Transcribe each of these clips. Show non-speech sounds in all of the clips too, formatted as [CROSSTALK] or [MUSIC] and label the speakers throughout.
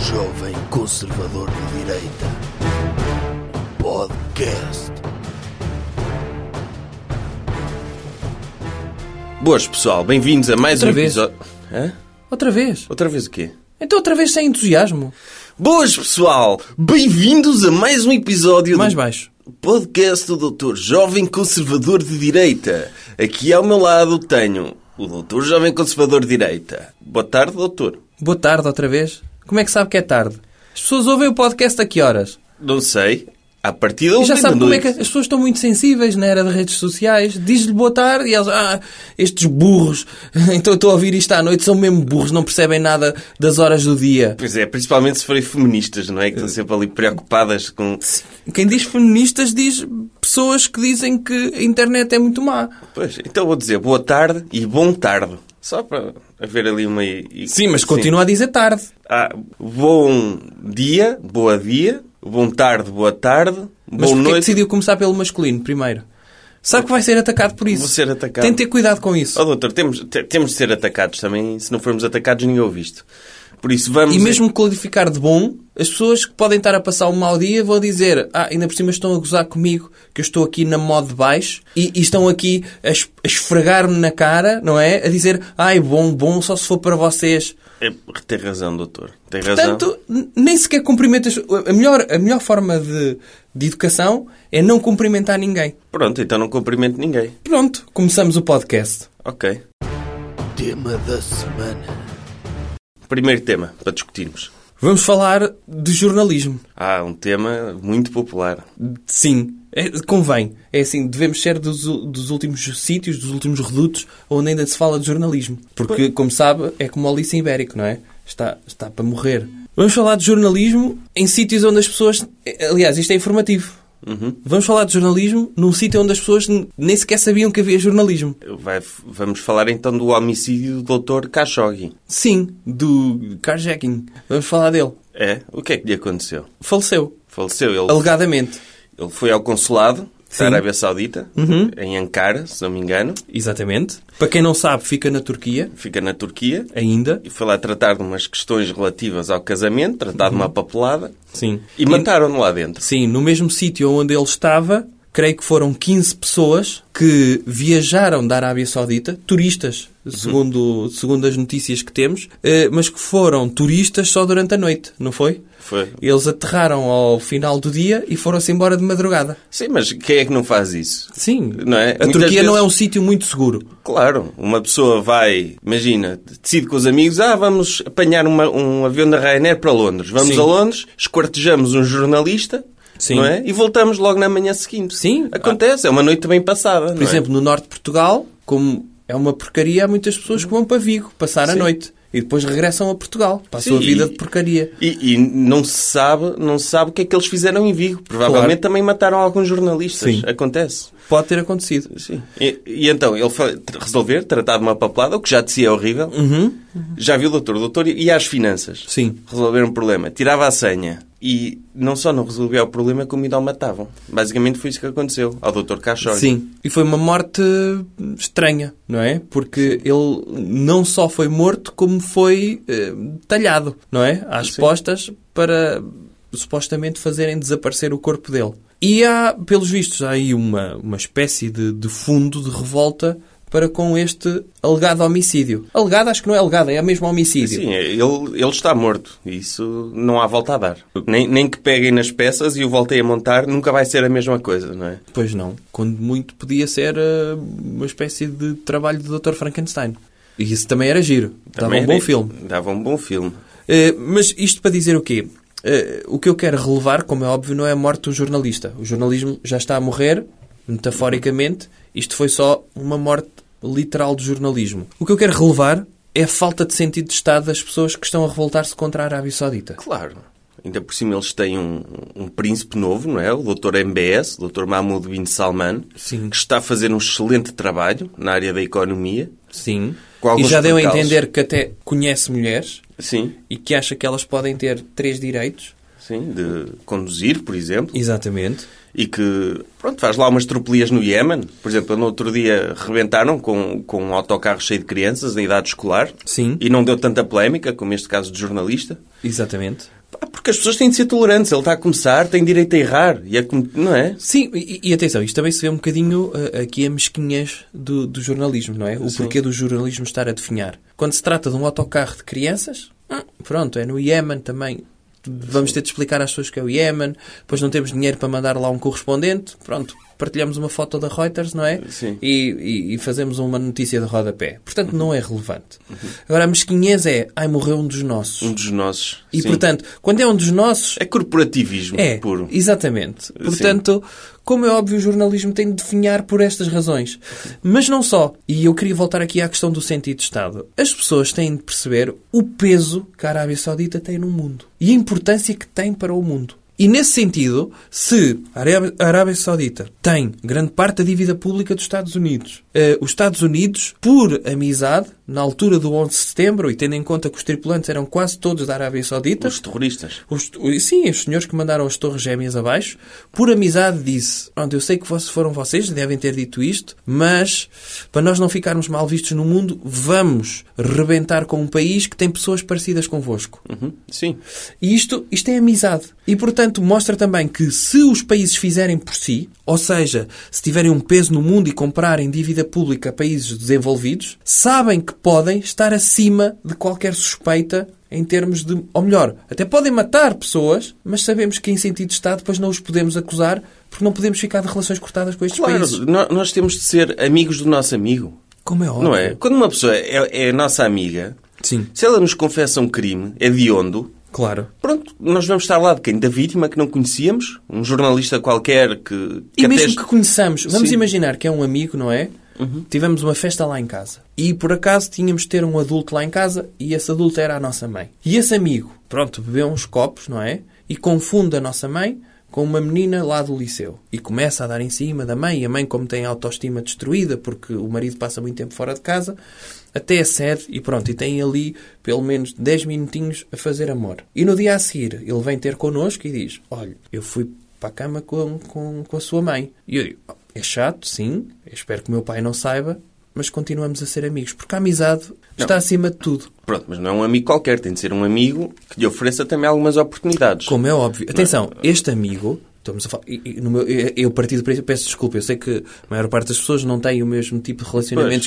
Speaker 1: Jovem Conservador de Direita. Podcast.
Speaker 2: Boas pessoal, bem-vindos a mais
Speaker 3: Outra
Speaker 2: um
Speaker 3: vez?
Speaker 2: episódio. Hã?
Speaker 3: Outra vez?
Speaker 2: Outra vez o quê?
Speaker 3: Então outra vez sem entusiasmo?
Speaker 2: Boas pessoal, bem-vindos a mais um episódio
Speaker 3: Mais
Speaker 2: do
Speaker 3: baixo.
Speaker 2: podcast do Doutor Jovem Conservador de Direita. Aqui ao meu lado tenho o Doutor Jovem Conservador de Direita. Boa tarde, Doutor.
Speaker 3: Boa tarde outra vez. Como é que sabe que é tarde? As pessoas ouvem o podcast a que horas?
Speaker 2: Não sei, à partida
Speaker 3: E já
Speaker 2: ontem
Speaker 3: sabe
Speaker 2: de
Speaker 3: como é
Speaker 2: noite.
Speaker 3: que as pessoas estão muito sensíveis na era das redes sociais. Diz-lhe boa tarde e elas, ah, estes burros, [LAUGHS] então eu estou a ouvir isto à noite, são mesmo burros, não percebem nada das horas do dia.
Speaker 2: Pois é, principalmente se forem feministas, não é? Que estão sempre ali preocupadas com...
Speaker 3: Quem diz feministas diz pessoas que dizem que a internet é muito má.
Speaker 2: Pois, então vou dizer boa tarde e bom tarde. Só para haver ali uma... e-
Speaker 3: Sim, mas continua a dizer tarde.
Speaker 2: Ah, bom dia, boa dia, bom tarde, boa tarde,
Speaker 3: Mas
Speaker 2: boa
Speaker 3: porquê é que
Speaker 2: noite.
Speaker 3: decidiu começar pelo masculino primeiro? Sabe que vai ser atacado por isso.
Speaker 2: Vou ser atacado.
Speaker 3: Tem de ter cuidado com isso.
Speaker 2: Oh, doutor, temos, te- temos de ser atacados também. Se não formos atacados, ninguém ouve isto. Por isso, vamos...
Speaker 3: E mesmo qualificar de bom, as pessoas que podem estar a passar um mau dia vão dizer ah, ainda por cima estão a gozar comigo, que eu estou aqui na moda de baixo e, e estão aqui a, es- a esfregar-me na cara, não é? A dizer, ai, bom, bom, só se for para vocês.
Speaker 2: É, tem razão, doutor. Tem razão.
Speaker 3: Portanto, n- nem sequer cumprimentas... A melhor, a melhor forma de, de educação é não cumprimentar ninguém.
Speaker 2: Pronto, então não cumprimento ninguém.
Speaker 3: Pronto, começamos o podcast.
Speaker 2: Ok.
Speaker 1: Tema da semana.
Speaker 2: Primeiro tema para discutirmos.
Speaker 3: Vamos falar de jornalismo.
Speaker 2: Ah, um tema muito popular.
Speaker 3: Sim, é- convém. É assim, devemos ser dos, u- dos últimos sítios, dos últimos redutos onde ainda se fala de jornalismo. Porque, como sabe, é como o Alice Ibérico, não é? Está, está para morrer. Vamos falar de jornalismo em sítios onde as pessoas. Aliás, isto é informativo. Vamos falar de jornalismo num sítio onde as pessoas n- nem sequer sabiam que havia jornalismo.
Speaker 2: Vai- vamos falar então do homicídio do doutor Khashoggi.
Speaker 3: Sim, do carjacking. Vamos falar dele.
Speaker 2: É? O que é que lhe aconteceu?
Speaker 3: Faleceu,
Speaker 2: Faleceu ele.
Speaker 3: alegadamente.
Speaker 2: Ele foi ao consulado
Speaker 3: Sim. Uhum.
Speaker 2: da Arábia Saudita, em Ankara, se não me engano.
Speaker 3: Exatamente. Para quem não sabe, fica na Turquia
Speaker 2: Fica na Turquia.
Speaker 3: ainda.
Speaker 2: E foi lá tratar de umas questões relativas ao casamento, tratar de uma papelada.
Speaker 3: Uhum. Sim.
Speaker 2: E mataram-no lá dentro.
Speaker 3: Sim, no mesmo sítio onde ele estava, creio que foram 15 pessoas que viajaram da Arábia Saudita, turistas, segundo, segundo as notícias que temos, eh, mas que foram turistas só durante a noite, não foi?
Speaker 2: Foi.
Speaker 3: Eles aterraram ao final do dia e foram-se embora de madrugada.
Speaker 2: Sim, mas quem é que não faz isso?
Speaker 3: Sim.
Speaker 2: Não é?
Speaker 3: A
Speaker 2: Muitas
Speaker 3: Turquia não é
Speaker 2: vezes-
Speaker 3: um sítio muito seguro.
Speaker 2: Claro, uma pessoa vai, imagina, decide com os amigos, ah, vamos apanhar uma- um avião da Ryanair para Londres. Vamos
Speaker 3: Sim.
Speaker 2: a Londres, esquartejamos um jornalista,
Speaker 3: Sim.
Speaker 2: não é? E voltamos logo na manhã seguinte.
Speaker 3: Sim.
Speaker 2: Acontece, é uma noite bem passada, é?
Speaker 3: Por exemplo, no norte de Portugal, como é uma porcaria, há muitas pessoas que vão para Vigo passar a
Speaker 2: Sim.
Speaker 3: noite e depois regressam a Portugal para a sua
Speaker 2: Sim,
Speaker 3: vida
Speaker 2: e-
Speaker 3: de porcaria.
Speaker 2: E, e não se sabe, não se sabe o que é que eles fizeram em Vigo. Provavelmente
Speaker 3: Claro.
Speaker 2: também mataram alguns jornalistas.
Speaker 3: Sim.
Speaker 2: Acontece.
Speaker 3: Pode ter acontecido.
Speaker 2: Sim. E, e então, ele foi tr- resolver tratar de uma papelada, o que já de si é horrível. Já viu o doutor, o doutor ia às finanças.
Speaker 3: Uhum. Sim.
Speaker 2: Resolver um problema. Tirava a senha. E não só não resolvia o problema, como ainda o matavam. Basicamente foi isso que aconteceu ao doutor Cachorro.
Speaker 3: Sim, e foi uma morte estranha, não é? Porque ele não só foi morto, como foi eh, talhado, não é? Às postas para supostamente fazerem desaparecer o corpo dele. E há, pelos vistos, há aí uma, uma espécie de, de fundo de revolta para com este alegado homicídio. Alegado, acho que não é alegado, é mesmo homicídio.
Speaker 2: Sim, ele, ele está morto. Isso não há volta a dar. Nem, nem que peguem nas peças e o voltei a montar, nunca vai ser a mesma coisa, não é?
Speaker 3: Pois não. Quando muito podia ser eh, uma espécie de trabalho do Dr. Frankenstein. E isso também era giro. Dava
Speaker 2: Também
Speaker 3: um bom
Speaker 2: era-
Speaker 3: filme.
Speaker 2: Dava um bom filme.
Speaker 3: Eh, mas isto para dizer o quê? Eh, o que eu quero relevar, como é óbvio, não é a morte do jornalista. O jornalismo já está a morrer, metaforicamente. Isto foi só uma morte literal do jornalismo. O que eu quero relevar é a falta de sentido de Estado das pessoas que estão a revoltar-se contra a Arábia Saudita.
Speaker 2: Claro. Ainda por cima eles têm um, um príncipe novo, não é? O Dr. MBS, o Dr. Mahmoud bin Salman,
Speaker 3: Sim.
Speaker 2: que está a fazer um excelente trabalho na área da economia.
Speaker 3: Sim.
Speaker 2: Com
Speaker 3: E
Speaker 2: alguns
Speaker 3: já deu a
Speaker 2: percalços.
Speaker 3: entender que até conhece mulheres
Speaker 2: Sim,
Speaker 3: e que acha que elas podem ter três direitos.
Speaker 2: sim, de conduzir, por exemplo,
Speaker 3: Exatamente.
Speaker 2: e que, pronto, faz lá umas tropelias no Iémen. Por exemplo, no outro dia rebentaram com, com um autocarro cheio de crianças em idade escolar.
Speaker 3: Sim.
Speaker 2: E não deu tanta polémica, como este caso de jornalista.
Speaker 3: Exatamente.
Speaker 2: Pá, Ah, Porque as pessoas têm de ser tolerantes. Ele está a começar, tem direito a errar. E a com- Não é?
Speaker 3: Sim, e, e atenção, isto também se vê um bocadinho uh, aqui a mesquinhez do, do jornalismo, não é? O
Speaker 2: Sim.
Speaker 3: porquê do jornalismo estar a definhar. Quando se trata de um autocarro de crianças, hum, pronto, é no Iémen também. Vamos ter de explicar às pessoas que é o Iémen, depois não temos dinheiro para mandar lá um correspondente, pronto, partilhamos uma foto da Reuters, não é?
Speaker 2: Sim.
Speaker 3: E, e- e fazemos uma notícia de rodapé. Portanto, não é relevante.
Speaker 2: Uhum.
Speaker 3: Agora, a mesquinhez é, ai, morreu um dos nossos.
Speaker 2: Um dos nossos.
Speaker 3: E,
Speaker 2: Sim.
Speaker 3: portanto, quando é um dos nossos,
Speaker 2: É corporativismo
Speaker 3: é,
Speaker 2: puro.
Speaker 3: exatamente. Portanto, como é óbvio, o jornalismo tem de definhar por estas razões. Mas não só. E eu queria voltar aqui à questão do sentido de Estado. As pessoas têm de perceber o peso que a Arábia Saudita tem no mundo e a importância que tem para o mundo. E nesse sentido, se a Arábia- a Arábia Saudita tem grande parte da dívida pública dos Estados Unidos, eh, os Estados Unidos, por amizade, na altura do 11 de setembro, e tendo em conta que os tripulantes eram quase todos da Arábia Saudita,
Speaker 2: Os terroristas.
Speaker 3: os- o- sim, os senhores que mandaram as torres gêmeas abaixo, por amizade disse, pronto, eu sei que vos- foram vocês, devem ter dito isto, mas para nós não ficarmos mal vistos no mundo, vamos rebentar com um país que tem pessoas parecidas convosco.
Speaker 2: Uhum. Sim.
Speaker 3: E isto, isto é amizade. E, portanto, mostra também que se os países fizerem por si, ou seja, se tiverem um peso no mundo e comprarem dívida pública a países desenvolvidos, sabem que podem estar acima de qualquer suspeita em termos de... Ou melhor, até podem matar pessoas, mas sabemos que em sentido de Estado depois não os podemos acusar porque não podemos ficar de relações cortadas com estes
Speaker 2: Claro,
Speaker 3: países.
Speaker 2: nó- nós temos de ser amigos do nosso amigo.
Speaker 3: Como é óbvio.
Speaker 2: Não é? Quando uma pessoa é, é nossa amiga,
Speaker 3: Sim,
Speaker 2: se ela nos confessa um crime hediondo,
Speaker 3: claro.
Speaker 2: pronto, nós vamos estar lá de quem? Da vítima que não conhecíamos? Um jornalista qualquer que.
Speaker 3: E
Speaker 2: que até
Speaker 3: mesmo
Speaker 2: est-
Speaker 3: que conheçamos, vamos
Speaker 2: Sim.
Speaker 3: imaginar que é um amigo, não é? Tivemos uma festa lá em casa. E por acaso tínhamos de ter um adulto lá em casa e esse adulto era a nossa mãe. E esse amigo, pronto, bebeu uns copos, não é? E confunde a nossa mãe com uma menina lá do liceu. E começa a dar em cima da mãe. E a mãe, como tem a autoestima destruída, porque o marido passa muito tempo fora de casa, até a sede e pronto, e tem ali pelo menos 10 minutinhos a fazer amor. E no dia a seguir ele vem ter connosco e diz: Olha, eu fui para a cama com, com, com a sua mãe. E eu digo: "Oh, É chato, sim, eu espero que o meu pai não saiba, mas continuamos a ser amigos, porque a amizade está acima de tudo.
Speaker 2: Pronto, mas não é um amigo qualquer, tem de ser um amigo que lhe ofereça também algumas oportunidades.
Speaker 3: Como é óbvio. Atenção, este amigo. Estamos a falar, e- e no meu- eu- eu partido para isso, peço desculpa. Eu sei que a maior parte das pessoas não tem o mesmo tipo de relacionamentos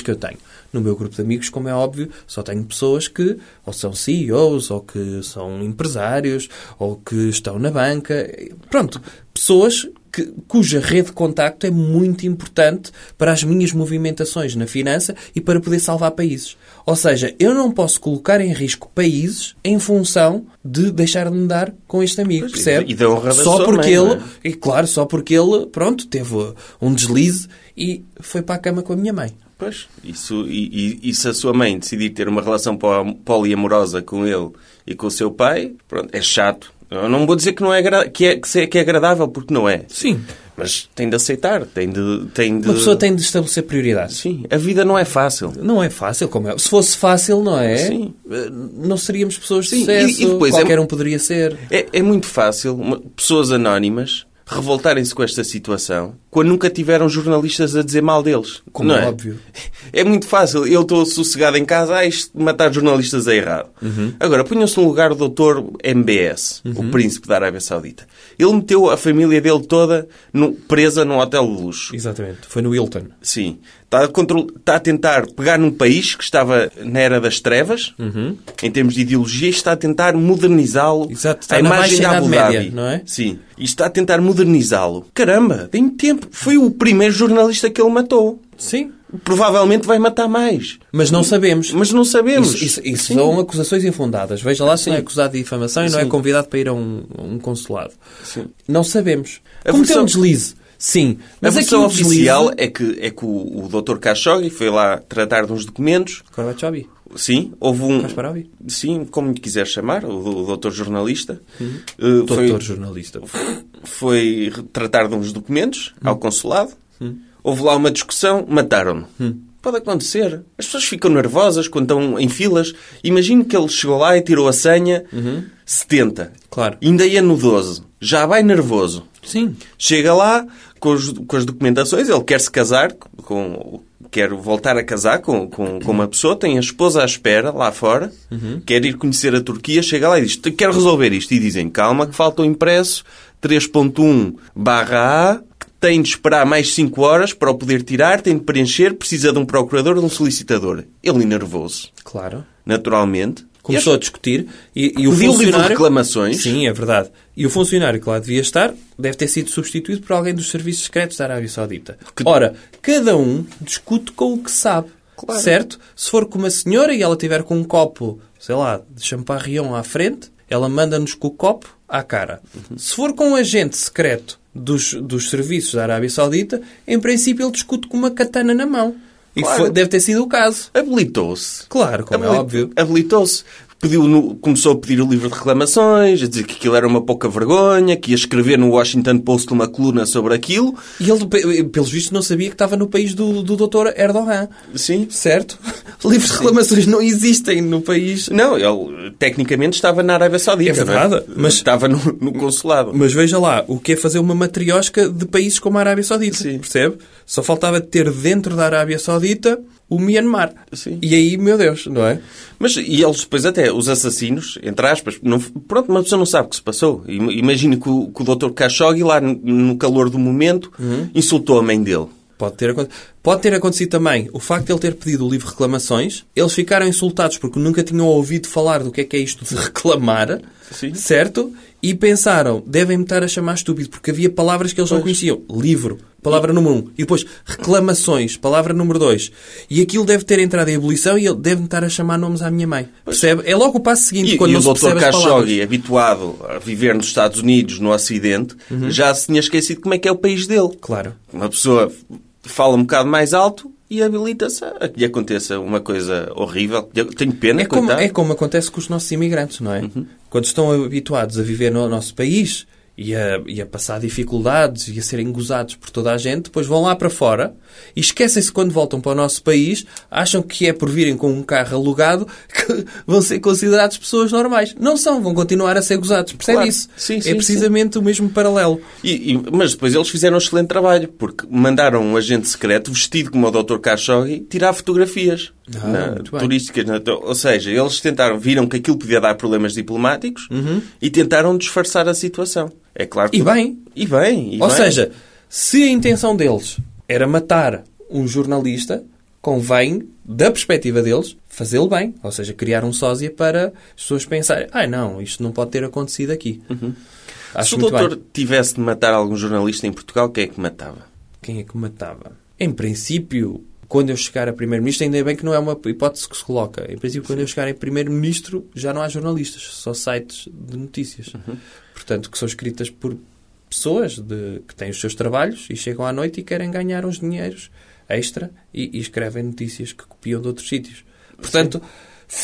Speaker 2: Pois.
Speaker 3: que eu tenho. No meu grupo de amigos, como é óbvio, só tenho pessoas que ou são CEOs, ou que são empresários, ou que estão na banca. Pronto, pessoas que- cuja rede de contacto é muito importante para as minhas movimentações na finança e para poder salvar países. Ou seja, eu não posso colocar em risco países em função de deixar de me dar com este amigo,
Speaker 2: Pois,
Speaker 3: percebe?
Speaker 2: e da honra da
Speaker 3: só
Speaker 2: sua
Speaker 3: porque
Speaker 2: mãe, não
Speaker 3: ele,
Speaker 2: é?
Speaker 3: e claro, só porque ele, pronto, teve um deslize e foi para a cama com a minha mãe.
Speaker 2: Pois, isso, e, e- e se a sua mãe decidir ter uma relação po- poliamorosa com ele e com o seu pai, pronto, é chato. Eu não vou dizer que, não é, agra- que, é, que, se- que é agradável, porque não é.
Speaker 3: Sim.
Speaker 2: Mas tem de aceitar, tem de... Tem de...
Speaker 3: Uma pessoa tem de estabelecer prioridades.
Speaker 2: Sim, a vida não é fácil.
Speaker 3: Não é fácil, como é. Se fosse fácil, não é?
Speaker 2: Sim.
Speaker 3: Eh, Não seríamos pessoas de
Speaker 2: Sim, e-
Speaker 3: sucesso.
Speaker 2: e depois é-
Speaker 3: Qualquer um poderia ser.
Speaker 2: É, é muito fácil uma- pessoas anónimas revoltarem-se com esta situação quando nunca tiveram jornalistas a dizer mal deles.
Speaker 3: Como
Speaker 2: não
Speaker 3: é
Speaker 2: é
Speaker 3: óbvio.
Speaker 2: [LAUGHS] É muito fácil. Eu estou sossegado em casa. Ah, isto de matar jornalistas é errado.
Speaker 3: Uhum.
Speaker 2: Agora, ponham-se no lugar do doutor MBS, o príncipe da Arábia Saudita. Ele meteu a família dele toda no- presa num hotel de luxo.
Speaker 3: Exatamente. Foi no Hilton.
Speaker 2: Sim. Está a, control- está a tentar pegar num país que estava na era das trevas,
Speaker 3: Uhum.
Speaker 2: em termos de ideologia, e está a tentar modernizá-lo.
Speaker 3: Exato. Está
Speaker 2: A
Speaker 3: na
Speaker 2: imagem
Speaker 3: baixa
Speaker 2: da Abu
Speaker 3: Idade Média,
Speaker 2: Dhabi.
Speaker 3: não é?
Speaker 2: Sim. E está a tentar modernizá-lo. Caramba, tem tempo. Foi o primeiro jornalista que ele matou.
Speaker 3: Sim.
Speaker 2: Provavelmente vai matar mais.
Speaker 3: Mas não sabemos.
Speaker 2: Mas não sabemos.
Speaker 3: Isso, isso- isso
Speaker 2: Sim.
Speaker 3: são acusações infundadas. Veja lá se não é
Speaker 2: Sim.
Speaker 3: acusado de difamação e não é
Speaker 2: Sim.
Speaker 3: convidado para ir a um, a um consulado.
Speaker 2: Sim.
Speaker 3: Não sabemos.
Speaker 2: A
Speaker 3: Como
Speaker 2: versão-
Speaker 3: um deslize? Sim.
Speaker 2: A
Speaker 3: Mas aqui
Speaker 2: versão
Speaker 3: o deslize...
Speaker 2: oficial é que, é que o, o Dr. Khashoggi foi lá tratar de uns documentos.
Speaker 3: Gorbachev.
Speaker 2: Sim, houve um...
Speaker 3: Kasparov.
Speaker 2: Sim, como lhe quiser chamar, o, o doutor jornalista. eh, foi-
Speaker 3: Uhum. Doutor jornalista.
Speaker 2: foi tratar de uns documentos
Speaker 3: Uhum.
Speaker 2: ao consulado. Houve lá uma discussão, mataram-no.
Speaker 3: Uhum.
Speaker 2: Pode acontecer. As pessoas ficam nervosas quando estão em filas. Imagino que ele chegou lá e tirou a senha 70.
Speaker 3: Uhum. Claro.
Speaker 2: Ainda ia no 12. Já vai nervoso.
Speaker 3: Sim.
Speaker 2: Chega lá com, os- com as documentações, ele quer se casar com, quero voltar a casar com, com, com uma pessoa, tem a esposa à espera lá fora, quer ir conhecer a Turquia, chega lá e diz, "Te- quero resolver isto. E dizem, calma, que falta o impresso 3.1 barra A, que tem de esperar mais 5 horas para o poder tirar, tem de preencher, precisa de um procurador, de um solicitador. Ele enervou-se,
Speaker 3: Claro.
Speaker 2: naturalmente.
Speaker 3: Começou a discutir e, e o
Speaker 2: Pediu livre de
Speaker 3: funcionário...
Speaker 2: reclamações.
Speaker 3: Sim, é verdade. E o funcionário que lá devia estar deve ter sido substituído por alguém dos serviços secretos da Arábia Saudita. Ora, cada um discute com o que sabe, certo? Se for com uma senhora e ela tiver com um copo, sei lá, de champarrião à frente, ela manda-nos com o copo à cara.
Speaker 2: Uhum.
Speaker 3: Se for com um agente secreto dos, dos serviços da Arábia Saudita, em princípio ele discute com uma katana na mão. E
Speaker 2: Claro.
Speaker 3: foi- deve ter sido o caso.
Speaker 2: Habilitou-se.
Speaker 3: Claro, como é
Speaker 2: Habili-
Speaker 3: óbvio.
Speaker 2: Habilitou-se. Pediu no- começou a pedir o livro de reclamações, a dizer que aquilo era uma pouca vergonha, que ia escrever no Washington Post uma coluna sobre aquilo.
Speaker 3: E ele, pe- pelos vistos, não sabia que estava no país do, do Dr. Erdogan.
Speaker 2: Sim.
Speaker 3: Certo? [LAUGHS] Livros de reclamações não existem no país.
Speaker 2: Não, ele tecnicamente estava na Arábia Saudita.
Speaker 3: É verdade,
Speaker 2: não é?
Speaker 3: mas-
Speaker 2: Estava no, no consulado.
Speaker 3: Mas veja lá, o que é fazer uma matriosca de países como a Arábia Saudita,
Speaker 2: Sim.
Speaker 3: percebe? Só faltava ter dentro da Arábia Saudita o Myanmar.
Speaker 2: Sim.
Speaker 3: E aí, meu Deus, não é?
Speaker 2: Mas, e eles depois até, os assassinos, entre aspas, não- pronto, uma pessoa não sabe o que se passou. Ima- Imagine que o, que o Dr. Khashoggi, lá no, no calor do momento,
Speaker 3: Uhum.
Speaker 2: insultou a mãe dele.
Speaker 3: Pode ter, aconte- pode ter acontecido também o facto de ele ter pedido o livro de reclamações, eles ficaram insultados porque nunca tinham ouvido falar do que é que é isto de reclamar,
Speaker 2: Sim.
Speaker 3: certo? E pensaram, devem-me estar a chamar estúpido, porque havia palavras que eles não conheciam. Livro, palavra número um. E depois, reclamações, palavra número dois. E aquilo deve ter entrado em ebulição e ele deve-me estar a chamar nomes à minha mãe. Percebe? É logo o passo seguinte,
Speaker 2: E,
Speaker 3: quando
Speaker 2: e
Speaker 3: não
Speaker 2: o
Speaker 3: se
Speaker 2: Dr.
Speaker 3: percebe as palavras.
Speaker 2: Khashoggi, habituado a viver nos Estados Unidos, no Ocidente,
Speaker 3: Uhum.
Speaker 2: já se tinha esquecido como é que é o país dele.
Speaker 3: Claro.
Speaker 2: Uma pessoa fala um bocado mais alto e habilita-se a que lhe aconteça uma coisa horrível. Eu Tenho pena,
Speaker 3: É como,
Speaker 2: coitado. Uhum.
Speaker 3: é como acontece com os nossos imigrantes, não é? Quando estão habituados a viver no nosso país e a, e a passar dificuldades e a serem gozados por toda a gente, depois vão lá para fora e esquecem-se quando voltam para o nosso país, acham que é por virem com um carro alugado [LAUGHS] que vão ser considerados pessoas normais. Não são, vão continuar a ser gozados. Percebe
Speaker 2: Claro.
Speaker 3: isso?
Speaker 2: Sim,
Speaker 3: é
Speaker 2: sim,
Speaker 3: precisamente o mesmo paralelo.
Speaker 2: E- e- mas depois eles fizeram um excelente trabalho, porque mandaram um agente secreto, vestido como o Dr. Khashoggi, tirar fotografias
Speaker 3: Ah,
Speaker 2: na-
Speaker 3: muito bem.
Speaker 2: turísticas. na- ou seja, eles tentaram, viram que aquilo podia dar problemas diplomáticos e tentaram disfarçar a situação. É claro que...
Speaker 3: Uhum. E bem,
Speaker 2: E bem. e é?
Speaker 3: Ou
Speaker 2: bem.
Speaker 3: seja, se a intenção deles era matar um jornalista, convém, da perspectiva deles, fazê-lo bem. Ou seja, criar um sósia para as pessoas pensarem: ah, não, isto não pode ter acontecido aqui.
Speaker 2: Uhum. Se
Speaker 3: Acho
Speaker 2: o
Speaker 3: muito
Speaker 2: doutor
Speaker 3: bem.
Speaker 2: tivesse de matar algum jornalista em Portugal, quem é que matava?
Speaker 3: Quem é que matava? Em princípio, quando eu chegar a primeiro-ministro, ainda bem que não é uma hipótese que se coloca. Em princípio, quando eu chegar a primeiro-ministro, já não há jornalistas, só sites de notícias. Portanto, que são escritas por pessoas de- que têm os seus trabalhos e chegam à noite e querem ganhar uns dinheiros extra e, e escrevem notícias que copiam de outros sítios. Portanto,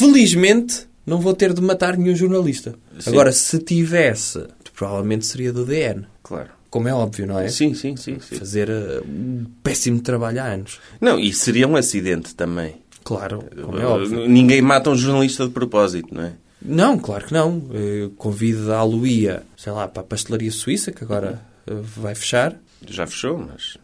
Speaker 3: felizmente, não vou ter de matar nenhum jornalista.
Speaker 2: Sim.
Speaker 3: Agora, se tivesse, provavelmente seria do DN.
Speaker 2: Claro.
Speaker 3: Como é óbvio, não é?
Speaker 2: Sim, sim, sim. sim.
Speaker 3: fazer eh, um péssimo trabalho há anos.
Speaker 2: Não, e seria um acidente também.
Speaker 3: Claro, como é óbvio.
Speaker 2: Ninguém mata um jornalista de propósito, não é?
Speaker 3: Não, claro que não. Eh, Convido a Luía, sei lá, para a pastelaria suíça, que agora eh, vai fechar.
Speaker 2: Já fechou, mas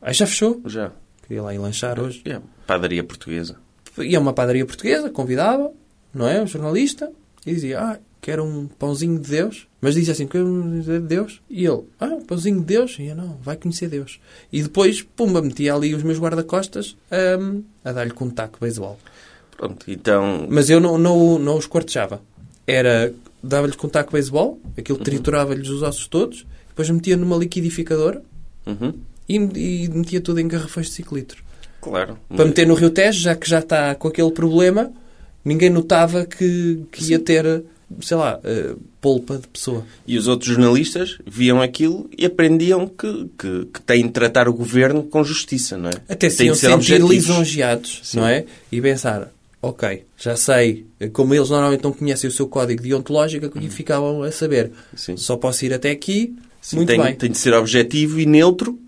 Speaker 3: Ah, já fechou.
Speaker 2: já.
Speaker 3: Queria lá ir lanchar hoje.
Speaker 2: É, padaria portuguesa.
Speaker 3: E é uma padaria portuguesa, convidava, não é? Um jornalista. E dizia, ah, quero um pãozinho de Deus. Mas dizia assim, quero um pãozinho de Deus. E ele, ah, pãozinho de Deus? E eu, não, vai conhecer Deus. E depois, pumba, metia ali os meus guarda-costas ahm, a dar-lhe com um taco de beisebol.
Speaker 2: Pronto, então.
Speaker 3: Mas eu não, não, não os cortejava. Era, dava-lhes com taco de beisebol, aquilo
Speaker 2: Uhum.
Speaker 3: triturava-lhes os ossos todos, depois metia numa liquidificadora
Speaker 2: Uhum,
Speaker 3: e, e metia tudo em garrafões de 5 litros.
Speaker 2: claro.
Speaker 3: Para meter no Rio Tejo, já que já está com aquele problema, ninguém notava que, que ia ter, sei lá, eh, polpa de pessoa.
Speaker 2: E os outros jornalistas viam aquilo e aprendiam que, que, que têm de tratar o governo com justiça, não é?
Speaker 3: Até se
Speaker 2: Têm
Speaker 3: iam
Speaker 2: de ser
Speaker 3: sentir
Speaker 2: objetivos.
Speaker 3: lisonjeados, não é? E pensar, ok, já sei, eh, como eles normalmente não conhecem o seu código deontológico, e ficavam a saber,
Speaker 2: Uhum. Sim.
Speaker 3: só posso ir até aqui,
Speaker 2: Sim,
Speaker 3: muito
Speaker 2: tem,
Speaker 3: bem.
Speaker 2: tem de ser objetivo e neutro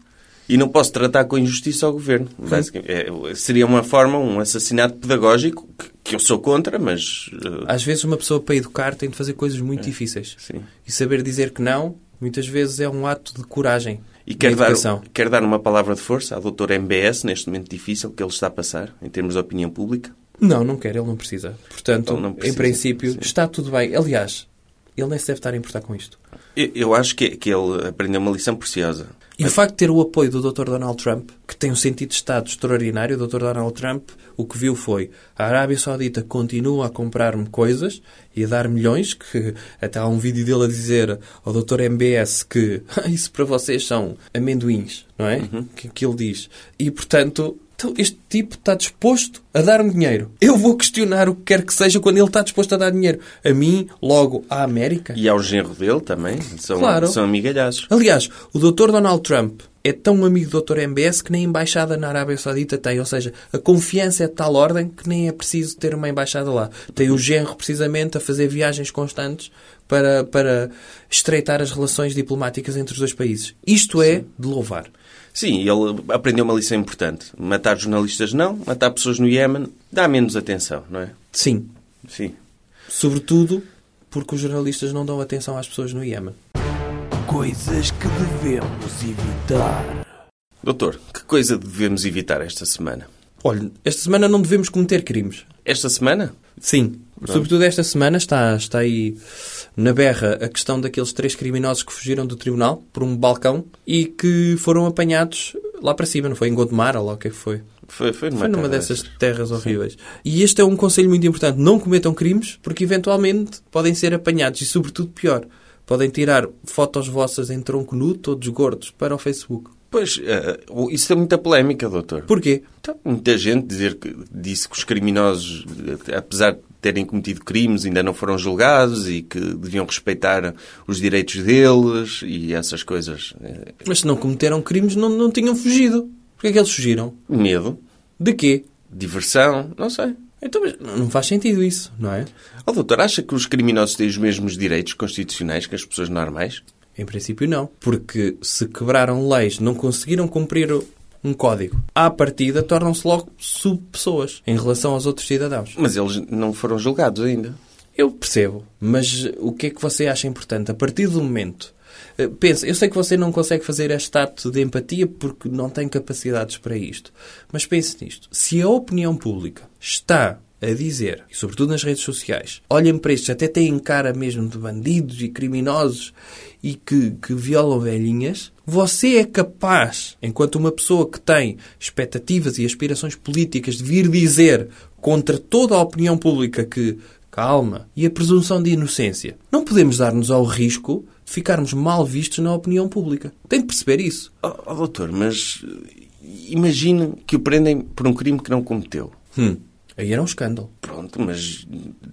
Speaker 2: e não posso tratar com injustiça ao governo.
Speaker 3: Uhum.
Speaker 2: Basicamente, é, seria uma forma, um assassinato pedagógico, que, que eu sou contra, mas. eh,
Speaker 3: Às vezes uma pessoa para educar
Speaker 2: É.
Speaker 3: tem de fazer coisas muito difíceis.
Speaker 2: sim.
Speaker 3: E saber dizer que não, muitas vezes é um ato de coragem.
Speaker 2: E quero dar,
Speaker 3: educação.
Speaker 2: quero dar uma palavra de força à doutora MBS neste momento difícil que ele está a passar, em termos de opinião pública.
Speaker 3: Não, não quer, ele não precisa. Portanto,
Speaker 2: Então não precisa,
Speaker 3: em princípio,
Speaker 2: sim.
Speaker 3: está tudo bem. Aliás, ele nem se deve estar a importar com isto.
Speaker 2: Eu, eu acho que, que ele aprendeu uma lição preciosa.
Speaker 3: E o facto de ter o apoio do Dr. Donald Trump, que tem um sentido de Estado extraordinário, o Dr. Donald Trump o que viu foi a Arábia Saudita continua a comprar-me coisas e a dar milhões, que até há um vídeo dele a dizer ao Dr. MBS que [LAUGHS] isso para vocês são amendoins, não é? Que, que ele diz. E, portanto, então este tipo está disposto a dar-me dinheiro. Eu vou questionar o que quer que seja quando ele está disposto a dar dinheiro. A mim, logo, à América.
Speaker 2: E ao genro dele também. São,
Speaker 3: Claro.
Speaker 2: são amigalhaços.
Speaker 3: Aliás, o Dr. Donald Trump é tão amigo do Dr. MBS que nem embaixada na Arábia Saudita tem. Ou seja, a confiança é de tal ordem que nem é preciso ter uma embaixada lá. Tem o genro, precisamente, a fazer viagens constantes para, para estreitar as relações diplomáticas entre os dois países. Isto é de louvar.
Speaker 2: Sim, ele aprendeu uma lição importante. Matar jornalistas não, matar pessoas no Iémen dá menos atenção, não é?
Speaker 3: Sim.
Speaker 2: Sim.
Speaker 3: Sobretudo porque os jornalistas não dão atenção às pessoas no Iémen.
Speaker 1: Coisas que devemos evitar.
Speaker 2: Doutor, que coisa devemos evitar esta semana?
Speaker 3: Olha, esta semana não devemos cometer crimes.
Speaker 2: Esta semana?
Speaker 3: Sim. Sobretudo esta semana está, está aí na berra a questão daqueles três criminosos que fugiram do tribunal por um balcão e que foram apanhados lá para cima, não foi? Em Gondomar, ou lá o que é que foi?
Speaker 2: Foi, foi numa,
Speaker 3: Foi numa
Speaker 2: terra
Speaker 3: dessas
Speaker 2: dessas.
Speaker 3: terras horríveis. E este é um conselho muito importante. Não cometam crimes porque eventualmente podem ser apanhados e, sobretudo, pior, podem tirar fotos vossas em tronco nu, todos gordos, para o Facebook.
Speaker 2: Pois, eh, isso é muita polémica, doutor.
Speaker 3: Porquê?
Speaker 2: Então, muita gente dizer que, disse que os criminosos, eh, apesar de terem cometido crimes, ainda não foram julgados e que deviam respeitar os direitos deles e essas coisas. Eh,
Speaker 3: Mas se não cometeram crimes, não, não tinham fugido. Porquê é que eles fugiram?
Speaker 2: Medo,
Speaker 3: De quê?
Speaker 2: diversão, não sei.
Speaker 3: Então, mas não faz sentido isso, não é?
Speaker 2: Oh, doutor, acha que os criminosos têm os mesmos direitos constitucionais que as pessoas normais?
Speaker 3: Em princípio, não. Porque se quebraram leis, não conseguiram cumprir o- um código, à partida tornam-se logo subpessoas em relação aos outros cidadãos.
Speaker 2: Mas eles não foram julgados ainda.
Speaker 3: Eu percebo, mas o que é que você acha importante? A partir do momento. eh, Pensa, eu sei que você não consegue fazer este ato de empatia porque não tem capacidades para isto. Mas pense nisto. Se a opinião pública está a dizer, e sobretudo nas redes sociais, olhem para estes, até têm cara mesmo de bandidos e criminosos e que, que violam velhinhas, você é capaz, enquanto uma pessoa que tem expectativas e aspirações políticas, de vir dizer contra toda a opinião pública que calma e a presunção de inocência. Não podemos dar-nos ao risco de ficarmos mal vistos na opinião pública. Tem de perceber isso.
Speaker 2: Oh, oh, doutor, mas eh, imagine que o prendem por um crime que não cometeu.
Speaker 3: Hum, Aí era um escândalo.
Speaker 2: Pronto, mas